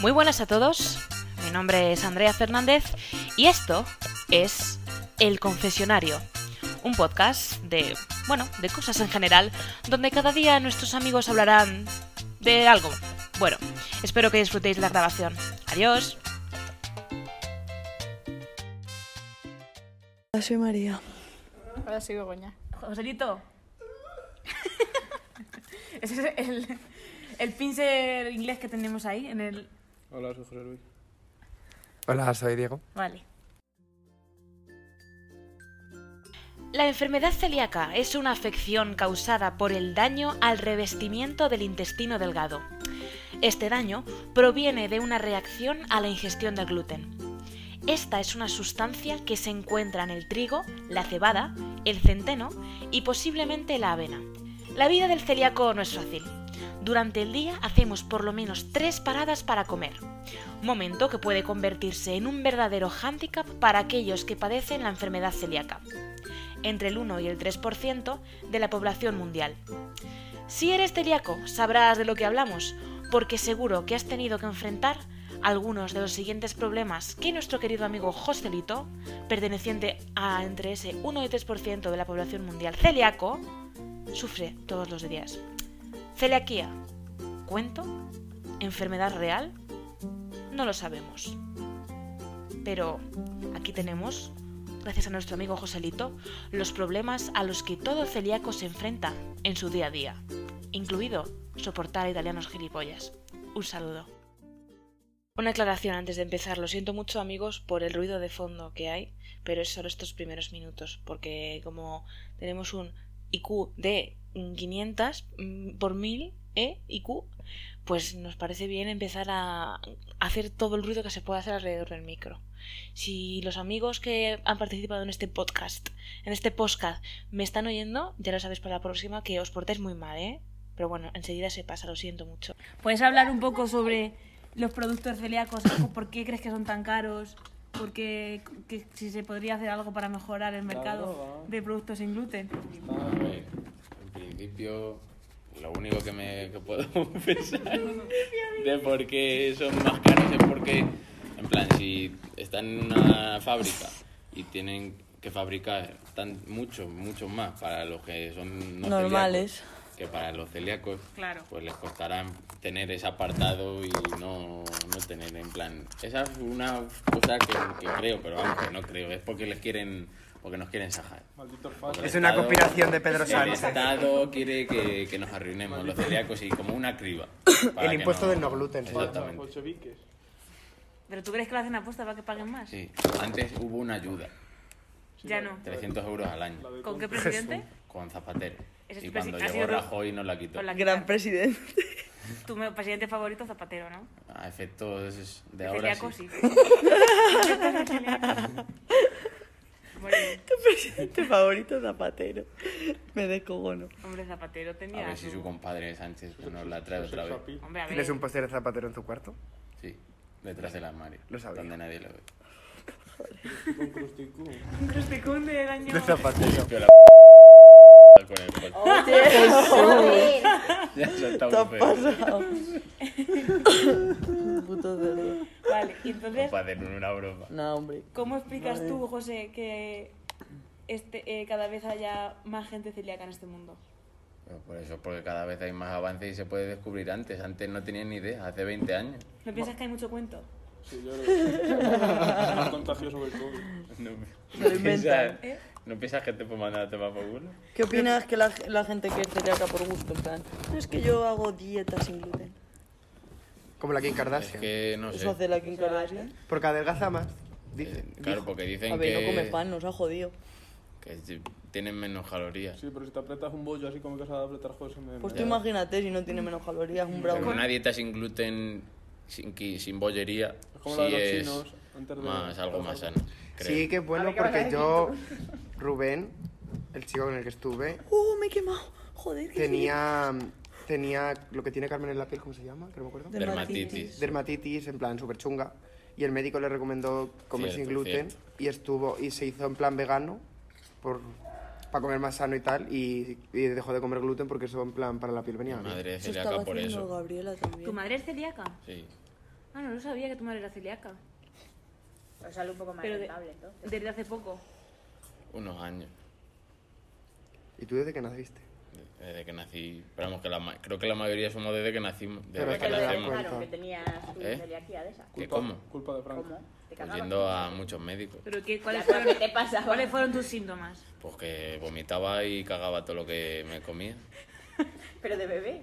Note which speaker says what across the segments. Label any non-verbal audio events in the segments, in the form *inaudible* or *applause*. Speaker 1: Muy buenas a todos, mi nombre es Andrea Fernández y esto es El Confesionario, un podcast de, bueno, de cosas en general, donde cada día nuestros amigos hablarán de algo. Bueno, espero que disfrutéis la grabación. Adiós.
Speaker 2: Soy María.
Speaker 3: Ahora soy
Speaker 4: *laughs*
Speaker 3: Begoña.
Speaker 5: Joselito. *laughs* Ese es el, el pincel inglés que tenemos ahí en el...
Speaker 6: Hola, soy José Luis.
Speaker 7: Hola, soy Diego.
Speaker 5: Vale.
Speaker 1: La enfermedad celíaca es una afección causada por el daño al revestimiento del intestino delgado. Este daño proviene de una reacción a la ingestión del gluten. Esta es una sustancia que se encuentra en el trigo, la cebada, el centeno y posiblemente la avena. La vida del celíaco no es fácil. Durante el día hacemos por lo menos tres paradas para comer, momento que puede convertirse en un verdadero hándicap para aquellos que padecen la enfermedad celíaca, entre el 1 y el 3% de la población mundial. Si eres celíaco, sabrás de lo que hablamos, porque seguro que has tenido que enfrentar algunos de los siguientes problemas que nuestro querido amigo Joselito, perteneciente a entre ese 1 y 3% de la población mundial celíaco, sufre todos los días. Celiaquía, cuento, enfermedad real, no lo sabemos. Pero aquí tenemos, gracias a nuestro amigo Joselito, los problemas a los que todo celíaco se enfrenta en su día a día, incluido soportar a italianos gilipollas. Un saludo. Una aclaración antes de empezar. Lo siento mucho, amigos, por el ruido de fondo que hay, pero es solo estos primeros minutos, porque como tenemos un IQ de 500 mm, por 1000 ¿eh? IQ, pues nos parece bien empezar a hacer todo el ruido que se pueda hacer alrededor del micro. Si los amigos que han participado en este podcast, en este podcast, me están oyendo, ya lo sabéis para la próxima que os portéis muy mal, ¿eh? Pero bueno, enseguida se pasa, lo siento mucho.
Speaker 5: ¿Puedes hablar un poco sobre los productos celíacos? ¿Por qué crees que son tan caros? ¿Por qué que- si se podría hacer algo para mejorar el mercado
Speaker 6: Claro.
Speaker 5: de productos sin gluten?
Speaker 6: A ver, en principio, lo único que, me, que puedo *laughs* pensar de por qué son más caros es porque, en plan, si están en una fábrica y tienen que fabricar tan mucho, mucho más para los que son no
Speaker 2: Normales.
Speaker 6: celíacos que para los celíacos,
Speaker 5: Claro.
Speaker 6: pues les costará tener ese apartado y no, no tener en plan. Esa es una cosa que, que creo, pero vamos, que no creo, es porque les quieren, porque nos quieren sajar. Porque el
Speaker 7: Es una
Speaker 6: Estado-
Speaker 7: conspiración de Pedro
Speaker 6: El
Speaker 7: Sánchez.
Speaker 6: Estado quiere que, que nos arruinemos los celíacos y como una criba. para
Speaker 7: *coughs* El
Speaker 6: que
Speaker 7: impuesto del no gluten, se llama.
Speaker 6: Exactamente.
Speaker 5: ¿Pero tú crees que lo hacen apuesta para que paguen más?
Speaker 6: Sí. Antes hubo una ayuda,
Speaker 5: ya no.
Speaker 6: 300 euros al año,
Speaker 5: ¿Con qué
Speaker 6: *laughs*
Speaker 5: presidente?
Speaker 6: con Zapatero.
Speaker 5: Ese
Speaker 6: Y
Speaker 5: es
Speaker 6: cuando
Speaker 5: presi- ha
Speaker 6: llegó
Speaker 5: sido tú-
Speaker 6: Rajoy nos la quitó.
Speaker 5: Con la
Speaker 2: Gran presidente. *laughs*
Speaker 5: Tu me- presidente favorito, Zapatero, ¿no?
Speaker 6: A efectos de
Speaker 5: El
Speaker 6: ahora
Speaker 5: celíaco,
Speaker 6: sí. *laughs*
Speaker 5: sí. Muy bien.
Speaker 2: Tu presidente favorito Zapatero. Me descogono.
Speaker 5: Hombre, Zapatero tenía.
Speaker 6: A ver si su compadre Sánchez nos la trae otra vez.
Speaker 5: Hombre, a ver.
Speaker 7: ¿Tienes un póster de zapatero en tu cuarto?
Speaker 6: Sí, detrás del armario.
Speaker 7: Lo sabía.
Speaker 6: Donde nadie lo
Speaker 7: *laughs*
Speaker 6: ve. *laughs*
Speaker 5: Un crusticún del año.
Speaker 7: De zapatero.
Speaker 6: Pero la con el cuerpo. Ya eso está muy
Speaker 2: Te has
Speaker 6: feo.
Speaker 2: pasado. *laughs* Puto cerdo.
Speaker 5: Vale, y entonces,
Speaker 6: Para hacer una broma.
Speaker 2: No, hombre.
Speaker 5: ¿cómo explicas tú, José, que este, eh, cada vez haya más gente celíaca en este mundo?
Speaker 6: Pero por eso, porque cada vez hay más avances y se puede descubrir antes. Antes no tenían ni idea, hace 20 años.
Speaker 5: ¿No piensas que hay mucho cuento?
Speaker 8: Sí, yo creo que es más contagioso que el COVID.
Speaker 6: No,
Speaker 2: Se
Speaker 6: *laughs*
Speaker 2: lo inventan.
Speaker 6: piensas, ¿no piensas que te puedo mandar a tomar por culo?
Speaker 2: ¿Qué opinas que la, la gente que es celíaca por gusto, en plan? No es que yo hago dieta sin gluten.
Speaker 7: Como la Kim
Speaker 6: Es
Speaker 7: Kardashian.
Speaker 6: que no
Speaker 2: Eso
Speaker 6: sé.
Speaker 2: hace la Kim Kardashian.
Speaker 7: Porque adelgaza más.
Speaker 6: Eh,
Speaker 7: Dice.
Speaker 6: Claro, porque dicen
Speaker 2: A ver,
Speaker 6: que,
Speaker 2: no come pan, nos ha jodido.
Speaker 6: que si- tienen menos calorías.
Speaker 8: Sí, pero si te apretas un bollo así como que se va a apretar juegos en
Speaker 2: Pues tú imagínate si no tiene menos calorías, un brownie.
Speaker 6: Mm. Con una dieta sin gluten, sin, qui- sin bollería,
Speaker 8: Es como la
Speaker 6: sí
Speaker 8: de
Speaker 6: es
Speaker 8: los chinos antes de...
Speaker 6: más, algo más ¿eh? sano. creo.
Speaker 7: Sí, que es bueno porque yo, Rubén, el chico con el que estuve,
Speaker 2: ¡Uh, me he quemado! Joder, que
Speaker 7: tenía, tenía lo que tiene Carmen en la piel, ¿cómo se llama? Que no me acuerdo.
Speaker 6: Dermatitis.
Speaker 7: Dermatitis, en plan súper chunga. Y el médico le recomendó comer
Speaker 6: Cierto,
Speaker 7: sin gluten y estuvo y se hizo en plan vegano por, para comer más sano y tal. Y, y dejó de comer gluten porque eso en plan para la piel venía
Speaker 6: Mi
Speaker 7: bien.
Speaker 6: madre
Speaker 2: Eso
Speaker 6: se le
Speaker 2: estaba
Speaker 6: por
Speaker 2: haciendo
Speaker 6: eso.
Speaker 2: Gabriela
Speaker 5: ¿Tu
Speaker 2: también.
Speaker 5: madre es celíaca?
Speaker 6: Sí.
Speaker 5: Ah, no, no sabía que tu madre era celíaca.
Speaker 4: Os Pues sale un poco más
Speaker 5: Pero de-
Speaker 4: rentable, entonces.
Speaker 5: Desde hace poco.
Speaker 6: Unos años.
Speaker 7: ¿Y tú desde que naciste?
Speaker 6: de- Desde que nací. Pero vamos, que la, ma- creo que la mayoría somos desde que nacimos. Desde
Speaker 7: Pero
Speaker 6: que
Speaker 4: Porque
Speaker 7: te
Speaker 4: te
Speaker 7: das
Speaker 6: nacemos.
Speaker 7: cuenta.
Speaker 4: detectaron que tenías tu
Speaker 8: pues,
Speaker 6: ¿Eh?
Speaker 4: celiaquía de esa.
Speaker 6: ¿Qué
Speaker 8: Culpa-
Speaker 6: como?
Speaker 8: Culpa de Franco.
Speaker 4: ¿Cómo? ¿Te
Speaker 6: Pues
Speaker 4: cagabas?
Speaker 6: yendo a muchos médicos.
Speaker 5: ¿Pero qué,
Speaker 4: Ya
Speaker 5: cuáles,
Speaker 4: sabes
Speaker 5: fueron,
Speaker 4: ¿Qué te pasaba?
Speaker 5: ¿cuáles fueron tus síntomas?
Speaker 6: Pues que vomitaba y cagaba todo lo que me comía.
Speaker 4: *laughs* Pero de bebé.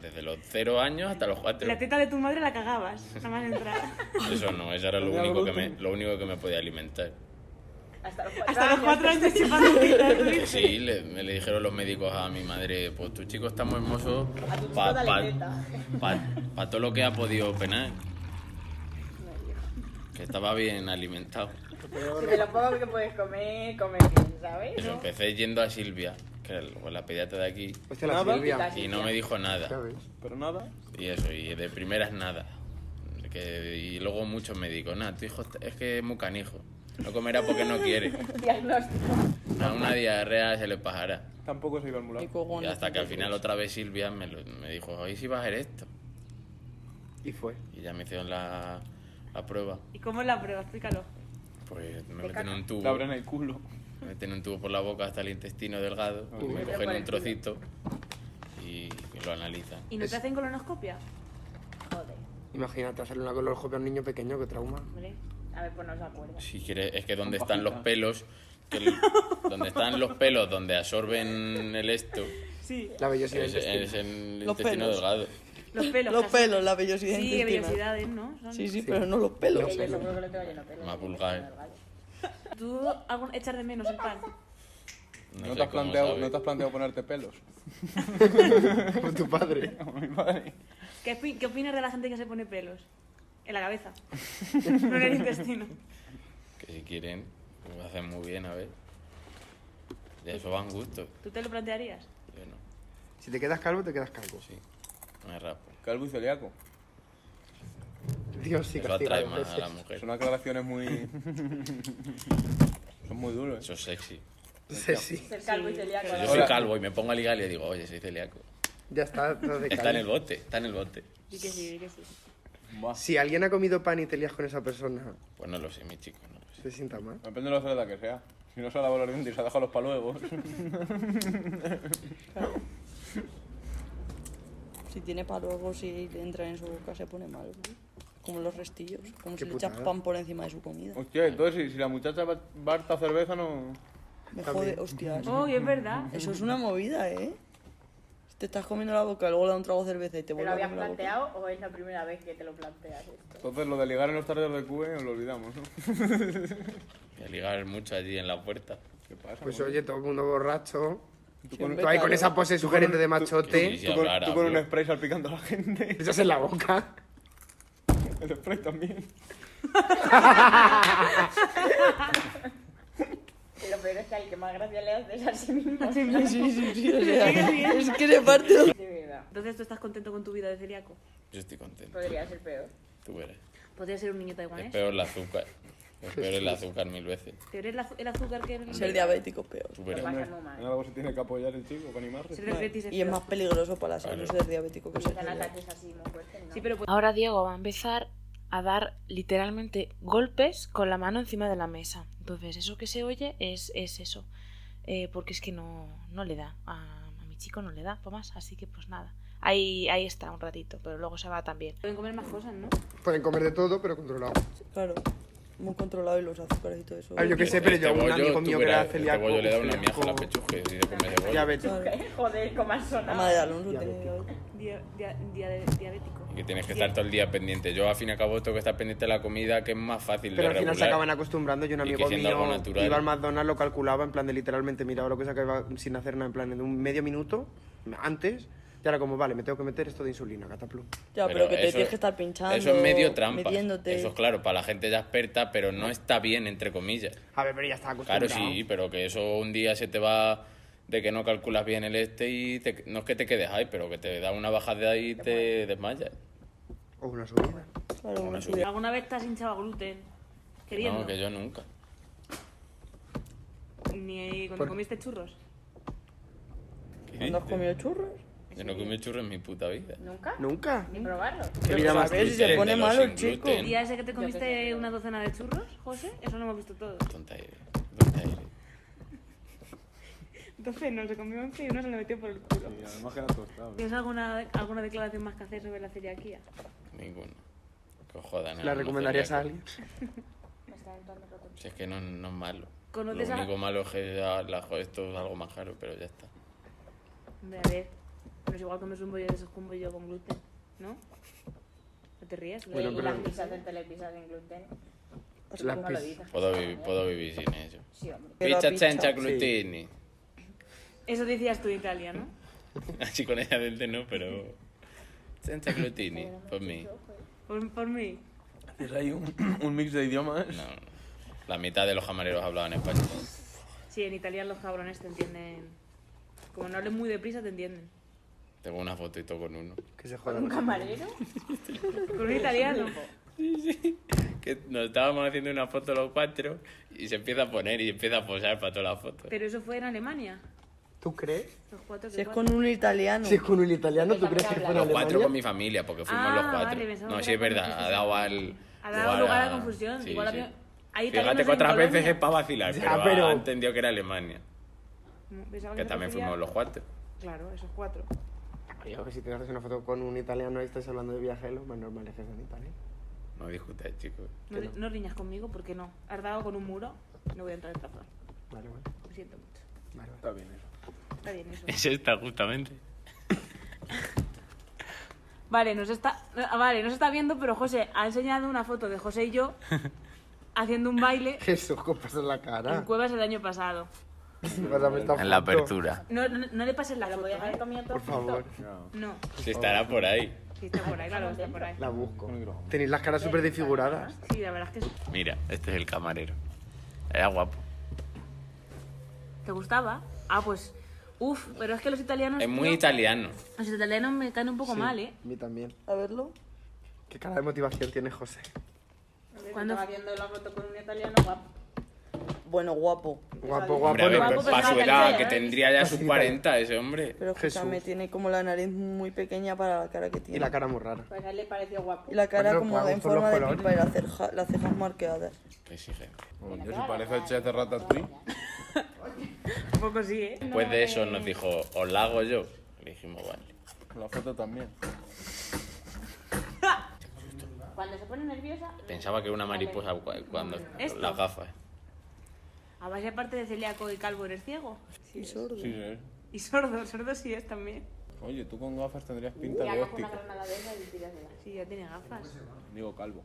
Speaker 6: Desde los 0 años hasta los 4.
Speaker 5: La teta de tu madre la cagabas, nada
Speaker 2: *laughs*
Speaker 5: más entrar.
Speaker 6: Eso no, eso era lo
Speaker 8: Tenía
Speaker 6: único, que me,
Speaker 8: gluten.
Speaker 6: lo único que me podía alimentar.
Speaker 4: Hasta los cuatro
Speaker 5: Hasta los
Speaker 4: años.
Speaker 5: cuatro años chupando tetas.
Speaker 6: Que sí, le, me le dijeron los médicos a mi madre, pues tu chico está muy hermoso
Speaker 4: A tu chico
Speaker 6: para
Speaker 4: dale teta.
Speaker 6: todo lo que ha podido penar. Que estaba bien alimentado.
Speaker 4: Si te lo pongo que puedes comer, comer bien, ¿sabes?
Speaker 6: Eso, empecé yendo a Silvia, que era la pediatra de aquí,
Speaker 7: Hostia, la
Speaker 8: Nada.
Speaker 7: Silvia.
Speaker 4: Quitas.
Speaker 6: y no me dijo nada.
Speaker 7: ¿Sabes?
Speaker 8: Pero nada.
Speaker 6: Y eso, y de primeras nada. Que- y luego muchos médicos, nada, tu hijo está- es que es muy canijo. No comerá porque no quiere.
Speaker 4: Diagnóstico.
Speaker 6: A una diarrea se le pasará.
Speaker 8: Tampoco se iba al mular.
Speaker 2: Ni cojones.
Speaker 6: Y hasta que al final otra vez Silvia me, lo- me dijo, hoy sí va a hacer esto.
Speaker 7: Y fue.
Speaker 6: Y ya me hicieron la, la prueba.
Speaker 5: ¿Y cómo es la prueba? Explícalo.
Speaker 6: Pues
Speaker 4: De
Speaker 6: me meten
Speaker 4: caca.
Speaker 6: un
Speaker 8: Le abren
Speaker 6: tubo.
Speaker 8: el culo.
Speaker 6: Me meten un tubo por la boca hasta el intestino delgado.
Speaker 8: Uy.
Speaker 6: me
Speaker 4: Pero
Speaker 6: cogen
Speaker 4: por
Speaker 6: un
Speaker 4: el culo.
Speaker 6: trocito y y lo analizan.
Speaker 5: ¿Y no
Speaker 7: Es-
Speaker 5: te hacen colonoscopia?
Speaker 4: Joder.
Speaker 7: Imagínate hacerle una colonoscopia a un niño pequeño, que trauma.
Speaker 4: Hombre, a ver, pues no se acuerda.
Speaker 6: Si quieres, es que donde
Speaker 8: Con
Speaker 6: están los
Speaker 8: pajita.
Speaker 6: pelos, que el- donde están los pelos, donde absorben el esto,
Speaker 5: Sí.
Speaker 7: La bellosidad
Speaker 6: es,
Speaker 7: intestinal.
Speaker 6: es en el
Speaker 2: Los
Speaker 6: intestino
Speaker 2: pelos.
Speaker 6: delgado.
Speaker 5: Los pelos.
Speaker 2: Los
Speaker 5: casi.
Speaker 2: pelos, la vellosidad
Speaker 5: Sí,
Speaker 2: intestinal.
Speaker 5: vellosidades, ¿no? Son-
Speaker 2: Sí, sí, pero no los pelos.
Speaker 4: Que yo
Speaker 7: *laughs*
Speaker 4: seguro que lo tengo lleno de pelos.
Speaker 6: Más vulgar.
Speaker 5: ¿Tú algún- echas de menos el pan?
Speaker 6: No,
Speaker 8: No,
Speaker 6: sé
Speaker 8: te has
Speaker 6: cómo
Speaker 8: planteado,
Speaker 6: sabe.
Speaker 8: no te has planteado ponerte pelos.
Speaker 7: Como tu padre.
Speaker 8: Como mi padre.
Speaker 5: ¿Qué, opi- qué opinas de la gente que se pone pelos? En la cabeza. no en el intestino.
Speaker 6: Que si quieren, lo hacen muy bien, a ver. De eso van gustos.
Speaker 5: ¿Tú te lo plantearías?
Speaker 6: Yo no,
Speaker 7: Si te quedas calvo, te quedas calvo.
Speaker 6: sí, me rapo.
Speaker 8: Calvo y celíaco.
Speaker 7: Dios, sí,
Speaker 6: Eso
Speaker 7: castiga
Speaker 6: atrae
Speaker 7: dos
Speaker 6: más a la
Speaker 7: veces.
Speaker 6: mujer.
Speaker 8: Son aclaraciones
Speaker 6: *laughs*
Speaker 8: muy. Son muy duros.
Speaker 6: Eso es sexy.
Speaker 7: Sí, sí.
Speaker 4: Ser calvo y celíaco.
Speaker 6: Yo
Speaker 4: ¿no?
Speaker 6: soy
Speaker 8: Hola.
Speaker 6: calvo y me pongo a ligar y le digo, oye, soy celíaco.
Speaker 7: Ya está. no te
Speaker 6: Está en
Speaker 7: calles.
Speaker 6: el bote, está en el bote.
Speaker 5: Sí que sí, di que sí.
Speaker 8: Buah.
Speaker 7: Si alguien ha comido pan y te lías con esa persona,
Speaker 6: Pues no lo sé, mi chico, no lo sé.
Speaker 7: se sienta mal.
Speaker 8: Depende de la celda que sea. Si no se ha lavado los dientes y se ha dejado los paluegos.
Speaker 2: Si tiene paruegos y le entran en su boca, se pone mal. ¿no? Como los restillos. Como
Speaker 7: Qué
Speaker 2: si le echas
Speaker 7: putada.
Speaker 2: pan por encima de su comida.
Speaker 8: Hostia, entonces si, si la muchacha va, va harta cerveza no.
Speaker 2: Me
Speaker 7: También.
Speaker 2: jode,
Speaker 6: *laughs*
Speaker 2: hostias.
Speaker 5: Oh, y es verdad.
Speaker 2: Eso es una movida, ¿eh? Si te estás comiendo la boca, luego le da un trago de cerveza y te
Speaker 4: ¿Te lo
Speaker 2: vuelve a
Speaker 4: habías
Speaker 2: comer la boca.
Speaker 4: planteado o es la primera vez que te lo planteas esto?
Speaker 8: Entonces lo de ligar en los tardes de QE lo olvidamos, ¿no?
Speaker 6: Voy a ligar mucho allí en la puerta.
Speaker 8: ¿Qué pasa?
Speaker 7: Pues
Speaker 8: boludo?
Speaker 7: oye, todo el mundo borracho.
Speaker 8: tú
Speaker 2: Siempre
Speaker 8: con,
Speaker 7: Tú ahí con
Speaker 2: calvo.
Speaker 7: esa pose sugerente de
Speaker 6: Que
Speaker 7: machote.
Speaker 6: si
Speaker 8: tú con-
Speaker 6: hablara,
Speaker 8: tú con
Speaker 6: bro.
Speaker 8: un spray salpicando a la gente. *laughs*
Speaker 7: Te echas en la boca.
Speaker 8: El spray también.
Speaker 4: Y lo peor es que al que más gracia le haces a sí mismo.
Speaker 2: Sí, sí, sí, *laughs* sí, o sea, es que le parte los-
Speaker 4: Sí, verdad.
Speaker 5: Entonces tú estás contento con tu vida de celíaco.
Speaker 6: Yo estoy contento.
Speaker 4: Podría ser peor.
Speaker 6: Tú verás.
Speaker 5: Podría ser un niño
Speaker 6: Es
Speaker 5: taiwanés.
Speaker 6: peor el azúcar. Es peor el azúcar mil veces.
Speaker 2: Pues
Speaker 5: ¿Te eres el azu- el azúcar que el
Speaker 2: ser diabético es peor.
Speaker 6: Tú
Speaker 4: Lo
Speaker 6: verás.
Speaker 4: pasa muy mal.
Speaker 8: En algo se tiene que apoyar el chico para animarse.
Speaker 5: Ser diabetes es
Speaker 2: Y es
Speaker 5: peor.
Speaker 2: más peligroso para la salud
Speaker 6: Claro.
Speaker 2: ser diabético que ser
Speaker 4: Están
Speaker 2: celíaco.
Speaker 4: ataques así muy fuertes, ¿no?
Speaker 5: Sí, pero pues,
Speaker 1: Ahora Diego va a empezar a dar literalmente golpes con la mano encima de la mesa. Entonces, eso que se oye es, es eso. Eh, porque es que no, no le da. A, a mi chico no le da, Tomás. Así que pues nada. Ahí, ahí está un ratito, pero luego se va también.
Speaker 5: pueden comer más cosas, ¿no?
Speaker 7: Pueden comer de todo, pero controlado.
Speaker 2: Claro, muy controlado y los azúcares y todo eso.
Speaker 7: Ah, yo qué sé, pero yo a un amigo mío que era celíaco.
Speaker 6: Este bollo le da una
Speaker 7: celíaco,
Speaker 6: miaja a la pechuga y dice comer de
Speaker 7: Ya
Speaker 6: bollo.
Speaker 7: ves tú.
Speaker 4: *laughs* Joder, como has
Speaker 2: La madre de
Speaker 4: sonado.
Speaker 2: Alonso tiene diabetes.
Speaker 5: Dia- dia- dia- diabético.
Speaker 6: Y que tienes que estar todo el día pendiente. Yo al fin y al cabo tengo que estar pendiente de la comida, que es más fácil de
Speaker 7: Pero al final se
Speaker 6: regular.
Speaker 7: acaban acostumbrando. Yo un
Speaker 6: Y que
Speaker 7: amigo
Speaker 6: siendo algo
Speaker 7: mío
Speaker 6: natural.
Speaker 7: iba al McDonald's, lo calculaba en plan de literalmente miraba lo que se acaba sin hacer nada, en plan de un medio minuto antes. Y ahora como, vale, me tengo que meter esto de insulina, cataplum.
Speaker 2: Ya, pero, que te
Speaker 6: eso-
Speaker 2: tienes que estar pinchando.
Speaker 6: Eso es medio trampa.
Speaker 2: midiéndote.
Speaker 6: Eso es claro, para la gente ya experta, pero no está bien, entre comillas.
Speaker 7: A ver, pero ya está acostumbrado.
Speaker 6: Claro, sí, pero que eso un día se te va de que no calculas bien el este y te- no es que te quedes ahí, pero que te da una bajada ahí y te desmayas.
Speaker 7: O una subida.
Speaker 2: Claro,
Speaker 6: Una
Speaker 2: una
Speaker 6: subida.
Speaker 2: subida.
Speaker 5: ¿Alguna vez te has hinchado a gluten? Queriendo.
Speaker 6: No, que yo nunca.
Speaker 5: Ni cuando
Speaker 7: Por-
Speaker 5: comiste churros.
Speaker 6: ¿Qué
Speaker 2: ¿No has
Speaker 6: dices?
Speaker 2: comido churros?
Speaker 5: Es
Speaker 6: Yo no comí churros en mi puta vida.
Speaker 4: ¿Nunca?
Speaker 7: ¿Nunca?
Speaker 4: Ni probarlo.
Speaker 7: ¿Qué
Speaker 2: Pero
Speaker 7: vida más
Speaker 2: a ver si se
Speaker 6: gluten,
Speaker 2: pone
Speaker 6: de los
Speaker 2: malo el
Speaker 6: sin
Speaker 2: chico.
Speaker 6: gluten.
Speaker 5: ¿Y a ese que te comiste una docena de churros, José? Eso no hemos visto todos.
Speaker 6: Tonta eres, tonta eres.
Speaker 5: Entonces no se comió 11 y uno se le metió por el culo.
Speaker 8: Y además que era tostado.
Speaker 5: ¿Tienes alguna, alguna declaración más que hacer sobre la celiaquía?
Speaker 6: Ninguna. Que os jodan. ¿eh?
Speaker 7: ¿La
Speaker 6: no
Speaker 7: recomendarías
Speaker 6: hacer nada.
Speaker 7: a alguien?
Speaker 6: Si es que no, no es malo.
Speaker 5: ¿Conoces
Speaker 6: Lo
Speaker 5: a-
Speaker 6: único malo es que ya la, jo- esto es algo más caro, pero ya está.
Speaker 5: Hombre, a ver. Pero es igual comes un bollo de esos con un bollo con gluten, ¿no? No te ríes.
Speaker 7: Bueno,
Speaker 4: y
Speaker 7: pero-
Speaker 4: las pizzas del Telepizza sin gluten.
Speaker 7: Las
Speaker 4: no lo
Speaker 7: pis-
Speaker 4: dices.
Speaker 6: Puedo, vivi- puedo vivir sin eso.
Speaker 4: Sí, hombre.
Speaker 2: Ah. Pero
Speaker 6: Pizza
Speaker 2: pizza,
Speaker 6: senza
Speaker 2: sí.
Speaker 6: glutini. *laughs*
Speaker 5: Eso decías tú de Italia, ¿no?
Speaker 6: Así con ella del no, pero.
Speaker 2: *laughs*
Speaker 6: Senza glutini, por mí.
Speaker 5: Por, por mí.
Speaker 8: Haces ahí un, *coughs* un mix de idiomas.
Speaker 6: No. La mitad de los camareros hablaban español.
Speaker 5: Sí, en Italia los cabrones te entienden. Como no hables muy deprisa, te entienden.
Speaker 6: Tengo una fotito con uno.
Speaker 7: Que se
Speaker 4: ¿Con un
Speaker 7: jodan.
Speaker 4: camarero?
Speaker 5: Con un italiano.
Speaker 6: Que nos estábamos haciendo una foto los cuatro y se empieza a poner y empieza a posar para todas las fotos.
Speaker 5: Pero eso fue en Alemania.
Speaker 7: ¿Tú crees?
Speaker 5: Los cuatro que
Speaker 2: Si es
Speaker 5: cuatro.
Speaker 2: con un italiano.
Speaker 7: Si es con un italiano, ¿tú crees que fue en
Speaker 6: Los cuatro con
Speaker 7: Alemania?
Speaker 6: mi familia, porque fuimos
Speaker 5: Ah,
Speaker 6: los cuatro.
Speaker 5: vale, pensaba
Speaker 6: no,
Speaker 5: que
Speaker 6: sí,
Speaker 5: era
Speaker 6: es verdad,
Speaker 5: cuando
Speaker 6: ha dado al.
Speaker 5: Ha dado
Speaker 6: igual
Speaker 5: lugar a
Speaker 6: a-
Speaker 5: confusión.
Speaker 6: sí,
Speaker 5: Igual
Speaker 6: sí.
Speaker 5: había- hay italianos
Speaker 6: Fíjate que
Speaker 5: en
Speaker 6: otras
Speaker 5: Polonia.
Speaker 6: veces es para vacilar,
Speaker 7: Ya,
Speaker 6: pero,
Speaker 7: pero-
Speaker 6: ha entendido que era Alemania.
Speaker 5: Mm, Pensaba
Speaker 6: Que
Speaker 5: se
Speaker 6: también
Speaker 5: refería-
Speaker 6: fuimos los cuatro.
Speaker 5: Claro, esos cuatro.
Speaker 7: Yo que si te haces una foto con un italiano y estás hablando de viaje, lo más normal es que sea en Italia.
Speaker 6: No discutáis, chicos.
Speaker 5: No, ri- no riñas conmigo porque no. Has dado con un muro. No voy a entrar en razón.
Speaker 7: Vale, vale.
Speaker 5: Lo siento mucho.
Speaker 7: vale, vale.
Speaker 8: Está bien eso.
Speaker 5: Está bien eso.
Speaker 6: Es esta, justamente.
Speaker 5: Vale, nos está, ah, vale, nos está viendo, pero José ha enseñado una foto de José
Speaker 6: *laughs*
Speaker 5: y yo haciendo un baile
Speaker 7: Jesús, ¿cómo pasa en la
Speaker 5: en
Speaker 7: cara?
Speaker 5: Cuevas el año pasado.
Speaker 7: Pásame esta
Speaker 6: En la
Speaker 7: foto,
Speaker 6: apertura.
Speaker 5: No, no, no le pases la
Speaker 4: ¿Lo
Speaker 5: foto,
Speaker 4: podías haber
Speaker 5: ¿eh?
Speaker 4: comido todo
Speaker 7: Por favor,
Speaker 8: No.
Speaker 5: No,
Speaker 6: Si estará por ahí.
Speaker 5: sí está por ahí, *laughs* claro, está por ahí.
Speaker 7: la busco.
Speaker 8: Con el ojo.
Speaker 7: Tenéis las caras súper desfiguradas.
Speaker 5: Sí, la verdad es que sí.
Speaker 6: Mira, este es el camarero. Era guapo.
Speaker 5: te gustaba. Ah, pues, uff, pero es que los italianos...
Speaker 6: Es muy
Speaker 5: tío,
Speaker 6: italiano.
Speaker 5: Los italianos me caen un poco
Speaker 7: Sí,
Speaker 5: mal, ¿eh?
Speaker 7: A mí también.
Speaker 2: A verlo.
Speaker 7: ¿Qué cara de motivación tiene José?
Speaker 5: Cuando-
Speaker 4: Cuando estaba viendo la foto con un italiano guapo.
Speaker 2: Bueno, guapo.
Speaker 7: Guapo, guapo.
Speaker 6: Hombre, pues.
Speaker 7: no,
Speaker 5: guapo,
Speaker 6: pero
Speaker 5: pero
Speaker 6: para su
Speaker 5: no
Speaker 6: edad,
Speaker 5: italiano,
Speaker 6: que
Speaker 5: ¿eh?
Speaker 6: tendría ya sus 40 ese hombre.
Speaker 2: Pero
Speaker 7: Jesús.
Speaker 2: me tiene como la nariz muy pequeña para la cara que tiene.
Speaker 7: Y la cara muy rara.
Speaker 4: Pues a él le pareció guapo.
Speaker 2: Y la cara
Speaker 7: Bueno,
Speaker 2: como
Speaker 7: pues,
Speaker 2: en
Speaker 7: por los
Speaker 2: forma de
Speaker 7: colores.
Speaker 2: pipa y las ceja- las cejas marqueadas.
Speaker 6: Que exige.
Speaker 8: Yo si parece el chef de Ratatouille.
Speaker 5: Un poco sí, ¿eh?
Speaker 6: Después de eso nos dijo, os la hago yo. Le dijimos, vale.
Speaker 8: La foto también.
Speaker 4: Cuando se pone nerviosa,
Speaker 6: Pensaba que era una mariposa cu- cuando
Speaker 5: ¿Esto?
Speaker 6: las gafas.
Speaker 5: A base aparte de celíaco y calvo, ¿eres ciego?
Speaker 2: Y sordo.
Speaker 8: Sí, sí.
Speaker 5: Y sordo, sordo sí es también.
Speaker 8: Oye, tú con gafas tendrías pinta
Speaker 4: ya
Speaker 8: de
Speaker 4: coge una
Speaker 8: óptica.
Speaker 4: granada de esas y tiras de la.
Speaker 5: Sí, ya tiene gafas.
Speaker 8: Digo calvo.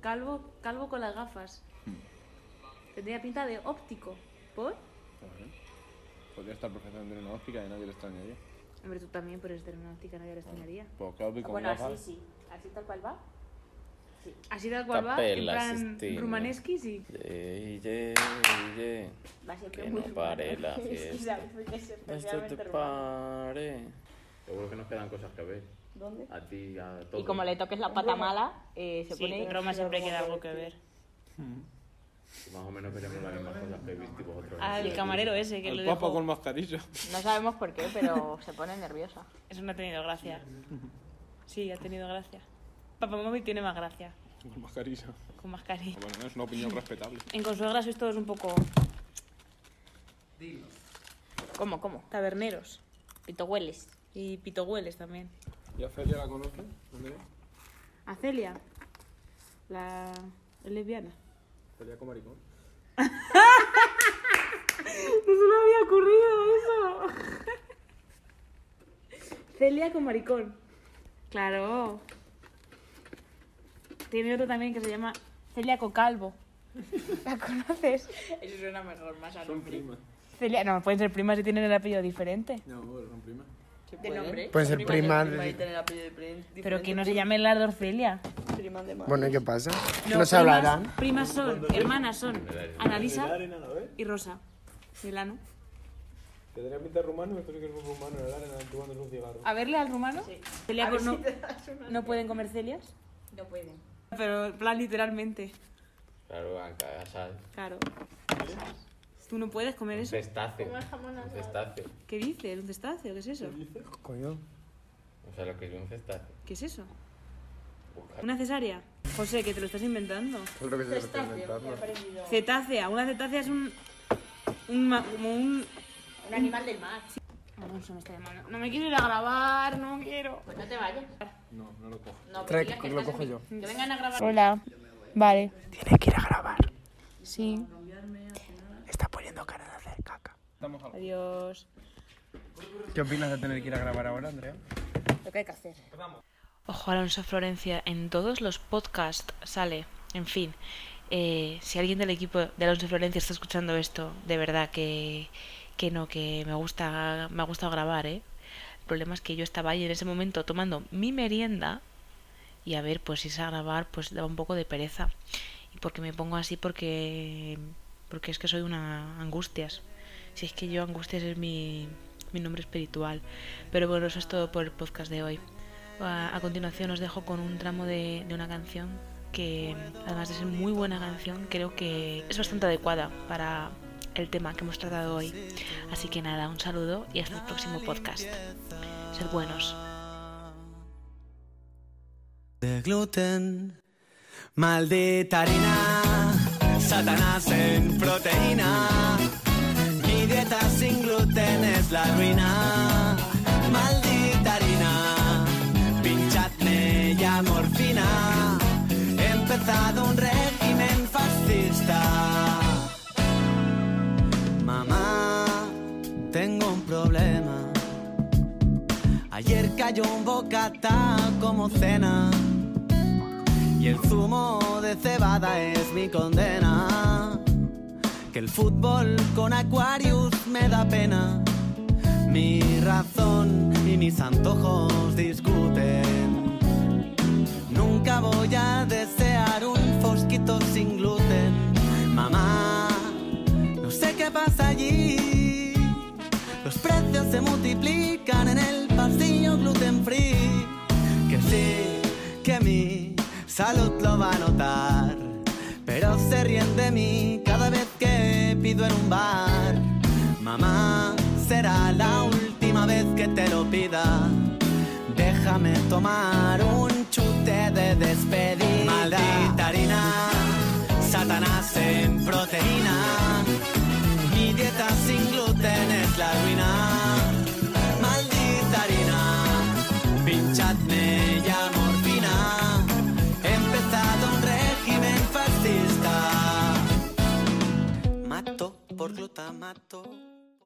Speaker 5: Calvo, calvo con las gafas. Tendría pinta de óptico. ¿Por?
Speaker 8: Joder. Podría estar perfectamente en una óptica y nadie le extrañaría.
Speaker 5: Hombre, tú también, por ser una óptica, nadie la extrañaría.
Speaker 8: Pues calvo y con
Speaker 4: Bueno, así
Speaker 8: gafas.
Speaker 4: sí. Así tal cual va.
Speaker 5: Así tal cual va, en
Speaker 6: Capella
Speaker 5: plan
Speaker 6: Sistina.
Speaker 5: rumanesqui, sí.
Speaker 6: Ye, ye, ye.
Speaker 4: Va siempre
Speaker 6: Que
Speaker 4: muy
Speaker 6: no
Speaker 4: *laughs*
Speaker 6: pare
Speaker 4: urbano.
Speaker 6: la
Speaker 4: Es que
Speaker 6: fiesta.
Speaker 4: sabe que es
Speaker 6: Esto te
Speaker 4: especialmente urbano.
Speaker 6: pare. Seguro que nos quedan cosas que ver.
Speaker 2: ¿Dónde?
Speaker 6: A ti, a todos.
Speaker 9: Y como le toques la pata mala, eh, se pone...
Speaker 5: Roma siempre queda algo que ver.
Speaker 6: Más o menos veremos las mismas cosas que viste vosotros.
Speaker 5: Al camarero ese que lo
Speaker 8: El
Speaker 5: dejó.
Speaker 8: papa con mascarilla. *laughs*
Speaker 9: No sabemos por qué, pero se pone nerviosa.
Speaker 5: Eso no ha tenido gracia. *laughs* Sí, ha tenido gracia. Papá Mami tiene más gracia,
Speaker 8: Con mascarilla.
Speaker 5: con más cariño.
Speaker 8: Bueno, es una opinión
Speaker 5: *laughs*
Speaker 8: respetable.
Speaker 5: En Consuegra sois todos un poco
Speaker 9: ¿Cómo, cómo?
Speaker 5: taberneros
Speaker 9: Pito hueles.
Speaker 5: y pitogüeles también.
Speaker 8: ¿Y a Celia la conoces? Andrea?
Speaker 5: ¿A Celia? La... ¿Es lesbiana?
Speaker 8: Celia con maricón.
Speaker 5: No se me había ocurrido eso. *laughs* Celia con maricón. Claro. Tiene otro también que se llama Celia con calvo. *laughs* ¿La conoces?
Speaker 4: Eso suena mejor, más a
Speaker 8: Son primas.
Speaker 5: Celia, no, pueden ser primas si tienen el apellido diferente.
Speaker 8: No, bueno, son primas.
Speaker 4: de nombre.
Speaker 7: Puede ser prima. de-
Speaker 2: Y tener apellido diferente.
Speaker 5: Pero que no se llame las dos Celia.
Speaker 2: Prima de madre.
Speaker 7: Bueno, ¿y qué pasa? No,
Speaker 5: No, pues
Speaker 7: se
Speaker 5: primas-
Speaker 7: hablarán.
Speaker 5: Primas son, hermanas son Analisa y Rosa. Milano.
Speaker 8: Te tenía pinta de rumano, esto sí que es un rumano, la arena jugando un cigarro.
Speaker 5: A verle al rumano. Celia con- no, no pueden comer celias.
Speaker 4: No pueden.
Speaker 5: Pero, en plan, literalmente.
Speaker 6: Claro, a casa.
Speaker 5: Claro. Tú no puedes comer eso.
Speaker 6: Testace.
Speaker 3: Como el jamón
Speaker 6: Un
Speaker 3: asado.
Speaker 6: testace.
Speaker 5: ¿Qué dices? ¿Un cestáceo? ¿Qué es eso?
Speaker 7: Coño.
Speaker 6: O sea, lo que es un cestace.
Speaker 5: ¿Qué es eso?
Speaker 6: Buscar.
Speaker 5: ¿Una cesárea? José, que te lo estás inventando.
Speaker 7: Claro que se está inventando.
Speaker 5: Cetácea. Una cetácea es un... un ma- como un...
Speaker 9: Un animal del mar.
Speaker 5: Alonso me está llamando. No me quiero ir a grabar, no quiero.
Speaker 9: Pues no te vayas.
Speaker 8: No, no lo cojo.
Speaker 9: No,
Speaker 7: Trae,
Speaker 9: diles que
Speaker 7: lo
Speaker 9: estás
Speaker 7: cojo
Speaker 9: en-
Speaker 7: yo.
Speaker 9: Que vengan a grabar.
Speaker 3: Hola. Vale.
Speaker 7: Tiene que ir a grabar.
Speaker 3: Sí.
Speaker 7: Está poniendo cara de hacer caca.
Speaker 5: Adiós.
Speaker 7: ¿Qué opinas de tener que ir a grabar ahora, Andrea?
Speaker 9: Lo que hay que hacer.
Speaker 1: Ojo, Alonso Florencia, en todos los podcasts sale. En fin, eh, si alguien del equipo de Alonso Florencia está escuchando esto, de verdad que, que no, que me gusta, me ha gustado grabar, ¿eh? El problema es que yo estaba ahí en ese momento tomando mi merienda y a ver, pues irse a grabar, pues da un poco de pereza. Y porque me pongo así, porque, porque es que soy una angustias. Si es que yo angustias es mi, mi nombre espiritual. Pero bueno, eso es todo por el podcast de hoy. A, a continuación os dejo con un tramo de, de una canción que, además de ser muy buena canción, creo que es bastante adecuada para el tema que hemos tratado hoy. Así que nada, un saludo y hasta el próximo podcast. Sed buenos.
Speaker 10: de gluten. Maldita harina, Satanás en proteína. Mi dieta sin gluten es la ruina. Maldita harina, pinchadme ya morfina. He empezado un régimen fascista. Mamá, tengo un problema. Ayer cayó un bocata como cena y el zumo de cebada es mi condena. Que el fútbol con Aquarius me da pena. Mi razón y mis antojos discuten. Nunca voy a desear un fosquito sin gluten. Mamá, no sé qué pasa allí. Los precios se multiplican en el pasillo gluten free. Que sí, que mi salud lo va a notar. Pero se ríen de mí cada vez que pido en un bar. Mamá, será la última vez que te lo pida. Déjame tomar un chute de despedida. Maldita harina, Satanás en proteína. Mi dieta sin gluten es la ruina. Maldita harina, pinchadme ya morfina. He empezado un régimen fascista. Mato por glutamato.